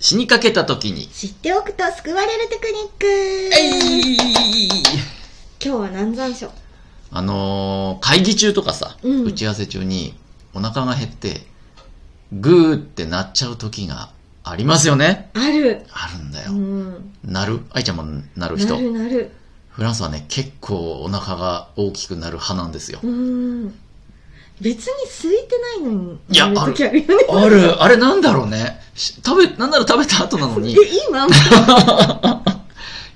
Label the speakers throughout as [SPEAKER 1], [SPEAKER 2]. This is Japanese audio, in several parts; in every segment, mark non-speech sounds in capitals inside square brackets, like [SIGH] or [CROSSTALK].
[SPEAKER 1] 死にかけた時に。
[SPEAKER 2] 知っておくと救われるテクニック
[SPEAKER 1] えい
[SPEAKER 2] 今日は南山書
[SPEAKER 1] あのー会議中とかさ、
[SPEAKER 2] うん
[SPEAKER 1] 打ち合わせ中にお腹が減って、グーってなっちゃう時がありますよね。
[SPEAKER 2] ある
[SPEAKER 1] あるんだ
[SPEAKER 2] う
[SPEAKER 1] よ。
[SPEAKER 2] ん
[SPEAKER 1] なる愛ちゃんもなる
[SPEAKER 2] な
[SPEAKER 1] 人。
[SPEAKER 2] るなる
[SPEAKER 1] フランスはね、結構お腹が大きくなる派なんですよ。
[SPEAKER 2] うん別に空いてないのに
[SPEAKER 1] いや
[SPEAKER 2] な時あるよね
[SPEAKER 1] あ
[SPEAKER 2] [LAUGHS]
[SPEAKER 1] る、あれなんだろうね。し食べ、なんなら食べた後なのに
[SPEAKER 2] え、今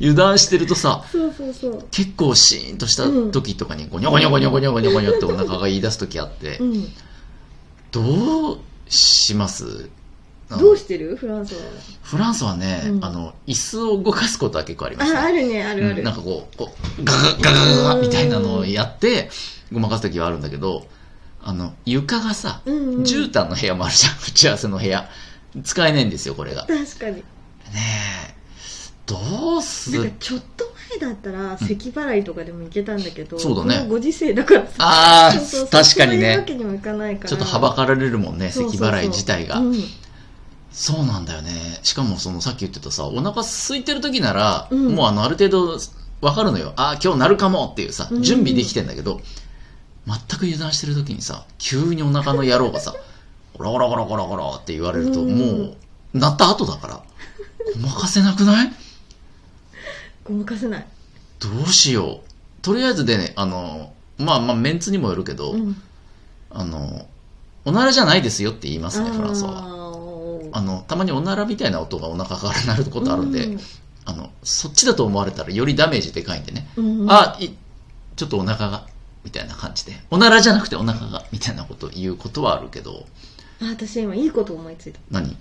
[SPEAKER 1] 油断してるとさ、
[SPEAKER 2] [LAUGHS] そうそうそう
[SPEAKER 1] 結構シーンとした時とかに、ゴニョゴニョゴニョゴニョゴニョゴニョってお腹が言い出す時あって
[SPEAKER 2] う、ん
[SPEAKER 1] どうしますあの
[SPEAKER 2] どうしてるフランスは
[SPEAKER 1] フランスはね、
[SPEAKER 2] うん
[SPEAKER 1] あの、椅子を動かすことは結構ありますね。
[SPEAKER 2] ああるねあるあ
[SPEAKER 1] う
[SPEAKER 2] る
[SPEAKER 1] んなんかこう、こうガガガガガガみたいなのをやって、ごまかす時はあるんだけど、あの、床がさ、
[SPEAKER 2] うんうん
[SPEAKER 1] 絨毯の部屋もあるじゃん、打ち合わせの部屋。使えないんですよ、これが。ね
[SPEAKER 2] 確かに
[SPEAKER 1] え、どうす
[SPEAKER 2] なんかちょっと前だったら咳払いとかでもいけたんだけど、
[SPEAKER 1] そうだね
[SPEAKER 2] このご時世だからさ
[SPEAKER 1] あ
[SPEAKER 2] そうそうそう
[SPEAKER 1] あ、確かに
[SPEAKER 2] そういうわ
[SPEAKER 1] ね。
[SPEAKER 2] けにもいかないから
[SPEAKER 1] ちょっとはばかられるもんね、
[SPEAKER 2] そうそう
[SPEAKER 1] 咳
[SPEAKER 2] そう
[SPEAKER 1] 払い自体が
[SPEAKER 2] う。ん
[SPEAKER 1] そうなんだよね。しかもそのさっき言ってたさ、お腹空いてる時なら、
[SPEAKER 2] うん
[SPEAKER 1] もうあのある程度わかるのよ。ああ、今日なるかもっていうさ
[SPEAKER 2] う、ん
[SPEAKER 1] 準備できてんだけど、全く油断してる時にさ、急にお腹の野郎
[SPEAKER 2] [LAUGHS]
[SPEAKER 1] がさ、ゴロゴロゴロゴロゴロって言われると、
[SPEAKER 2] うん
[SPEAKER 1] もう、なった後だから、ごまかせなくない
[SPEAKER 2] ごまかせない、
[SPEAKER 1] どうしよう。とりあえずでね、あの、まあまあメンツにもよるけど、
[SPEAKER 2] うん、
[SPEAKER 1] あの、おならじゃないですよって言いますね、フランスは。
[SPEAKER 2] は
[SPEAKER 1] あの、たまにおならみたいな音がお腹から鳴ることあるんで、あの、そっちだと思われたらよりダメージでかいんでね。
[SPEAKER 2] うんうん、
[SPEAKER 1] あ、いちょっとお腹が、みたいな感じで。おならじゃなくてお腹が、みたいなこと言うことはあるけど、
[SPEAKER 2] あ私今いいこと思いついた
[SPEAKER 1] 何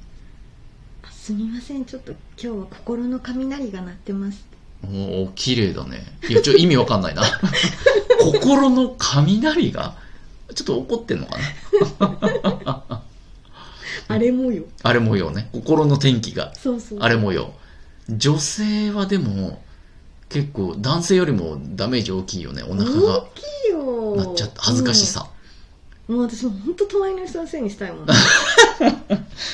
[SPEAKER 2] あすみませんちょっと今日は心の雷が鳴ってます
[SPEAKER 1] おお綺麗だね。いや、ちょ、意味わかんない
[SPEAKER 2] [LAUGHS]
[SPEAKER 1] な。心の雷が、ちょっと怒ってんのかな
[SPEAKER 2] あれもよ
[SPEAKER 1] あれ模様ね。心の天気が、
[SPEAKER 2] そうそう
[SPEAKER 1] あれ模様。女性はでも、結構男性よりもダメージ大きいよね。お腹
[SPEAKER 2] 大
[SPEAKER 1] が
[SPEAKER 2] きいよ
[SPEAKER 1] なっちゃって、恥ずかし、さ。
[SPEAKER 2] うんもう私も本当隣の人のせいにしたいも
[SPEAKER 1] [LAUGHS] い
[SPEAKER 2] ん、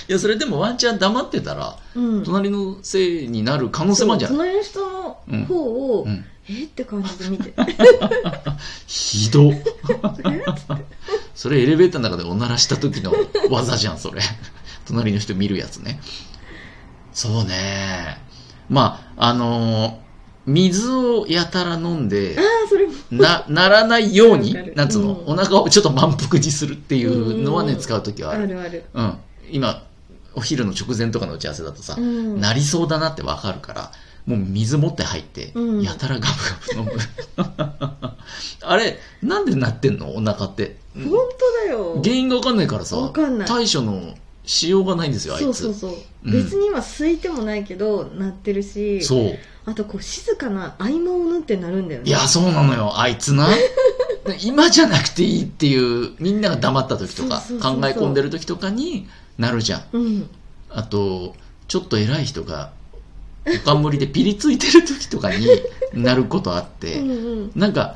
[SPEAKER 1] や、それでもワンチャン黙ってたら、
[SPEAKER 2] うん、
[SPEAKER 1] 隣のせいになる可能性もあるんじゃない、
[SPEAKER 2] 隣の人の方を、
[SPEAKER 1] うん、
[SPEAKER 2] えって感じで見
[SPEAKER 1] [LAUGHS]
[SPEAKER 2] て
[SPEAKER 1] ひど
[SPEAKER 2] え
[SPEAKER 1] それエレベーターの中でおならした時の技じゃんそれ [LAUGHS] 隣の人見るやつねそうねまああのー水をやたら飲んで
[SPEAKER 2] ああそれも
[SPEAKER 1] なならないように
[SPEAKER 2] わかる
[SPEAKER 1] なんつうの、
[SPEAKER 2] うん
[SPEAKER 1] お腹をちょっと満腹にするっていうのはね、
[SPEAKER 2] うん
[SPEAKER 1] 使う時はあ
[SPEAKER 2] あ
[SPEAKER 1] る、
[SPEAKER 2] るある、
[SPEAKER 1] うん、今お昼の直前とかの打ち合わせだとさ、
[SPEAKER 2] うん、
[SPEAKER 1] なりそうだなってわかるから、もう水持って入って
[SPEAKER 2] う、ん
[SPEAKER 1] やたらガブガブ飲む。 [LAUGHS] あれ、なんでなってんのお腹って。
[SPEAKER 2] 本当だよ
[SPEAKER 1] 原因がわかんないからさ、
[SPEAKER 2] わかんない
[SPEAKER 1] 対処のしようがないんですよ、あいつ。
[SPEAKER 2] そうそうそう、
[SPEAKER 1] うん
[SPEAKER 2] 別に今空いてもないけど鳴ってるし
[SPEAKER 1] そう
[SPEAKER 2] あとこう静かな合間を縫って鳴るんだよね
[SPEAKER 1] いや、そうなのよ、あいつ
[SPEAKER 2] [LAUGHS]
[SPEAKER 1] な。今じゃなくていいっていう、みんなが黙った時とか、
[SPEAKER 2] そうそうそうそ
[SPEAKER 1] 考
[SPEAKER 2] う
[SPEAKER 1] え込んでる時とかになるじゃん。
[SPEAKER 2] うん
[SPEAKER 1] あと、ちょっと偉い人が、おかんむりでピリついてる時とかになることあっ
[SPEAKER 2] う [LAUGHS]
[SPEAKER 1] て、
[SPEAKER 2] んうん
[SPEAKER 1] なんか、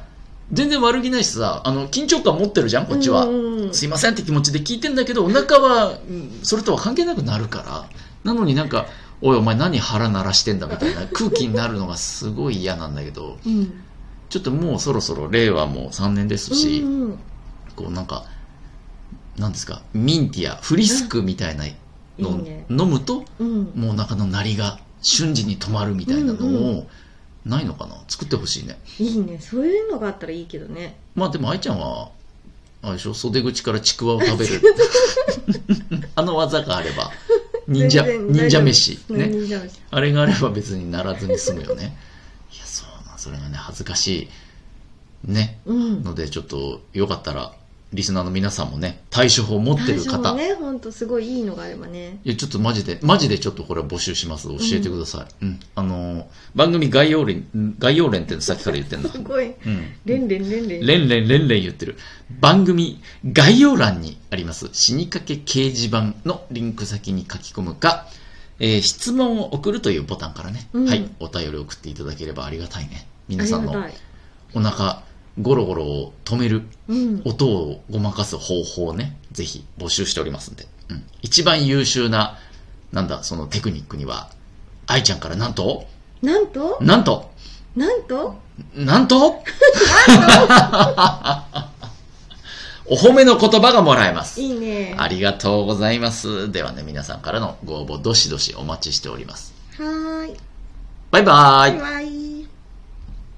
[SPEAKER 1] 全然悪気ないしさ、あの、緊張感持ってるじゃん、こっちは
[SPEAKER 2] う。んうん
[SPEAKER 1] すいませんって気持ちで聞いてんだけど、お腹は、うんそれとは関係なくなるから。なのになんか、おいお前何腹鳴らしてんだみたいな空気になるのがすごい嫌なんだけど、
[SPEAKER 2] うん
[SPEAKER 1] ちょっともうそろそろ令和も3年ですし、
[SPEAKER 2] うんうん
[SPEAKER 1] こうなんか、なんですか、ミンティア、フリスクみたいなの
[SPEAKER 2] いいね
[SPEAKER 1] 飲むと、
[SPEAKER 2] うん
[SPEAKER 1] もうお腹の鳴りが瞬時に止まるみたいなの
[SPEAKER 2] うん
[SPEAKER 1] を、ないのかな作ってほしいね。
[SPEAKER 2] いいねそういうのがあったらいいけどね
[SPEAKER 1] まあでも愛ちゃんは、あれでしょ袖口からちくわを食
[SPEAKER 2] [LAUGHS]
[SPEAKER 1] べる。あの技があれば、忍者、
[SPEAKER 2] 全然
[SPEAKER 1] 忍者飯。
[SPEAKER 2] 大丈夫で
[SPEAKER 1] ね。
[SPEAKER 2] す忍者飯
[SPEAKER 1] あれがあれば別にならずに済むよね。いや、そうなん、それがね、恥ずかしい。ね。
[SPEAKER 2] うん
[SPEAKER 1] ので、ちょっと、よかったら、リスナーの皆さんもね、対処法を持ってる
[SPEAKER 2] 最初
[SPEAKER 1] 方、
[SPEAKER 2] もね本当すごいいいのがあればね
[SPEAKER 1] いや、ちょっとマジで、マジでちょっとこれは募集します。教えてください。うん。あのー、番組概要連、概要連ってさっきから言ってんだ。
[SPEAKER 2] すごい
[SPEAKER 1] うん。
[SPEAKER 2] レンレンレンレン
[SPEAKER 1] レンレンレンレン言ってる。番組概要欄にあります、死にかけ掲示板のリンク先に書き込むか、えー質問を送るというボタンからね、
[SPEAKER 2] うん
[SPEAKER 1] はい、お便りを送っていただければありがたいね。
[SPEAKER 2] あ
[SPEAKER 1] 皆
[SPEAKER 2] り
[SPEAKER 1] さ
[SPEAKER 2] が
[SPEAKER 1] んの
[SPEAKER 2] たい
[SPEAKER 1] お腹、ゴロゴロを止める、
[SPEAKER 2] うん
[SPEAKER 1] 音をごまかす方法をね、ぜひ募集しておりますんで、うん、一番優秀な、なんだ、そのテクニックには、愛ちゃんからなんと、
[SPEAKER 2] なんと
[SPEAKER 1] なんと、
[SPEAKER 2] なんと
[SPEAKER 1] なんとお褒めの言葉がもらえます。
[SPEAKER 2] いいね
[SPEAKER 1] ありがとうございます。ではね、皆さんからのご応募、どしどしお待ちしております。
[SPEAKER 2] はーい
[SPEAKER 1] バイバーイ
[SPEAKER 2] バイバイ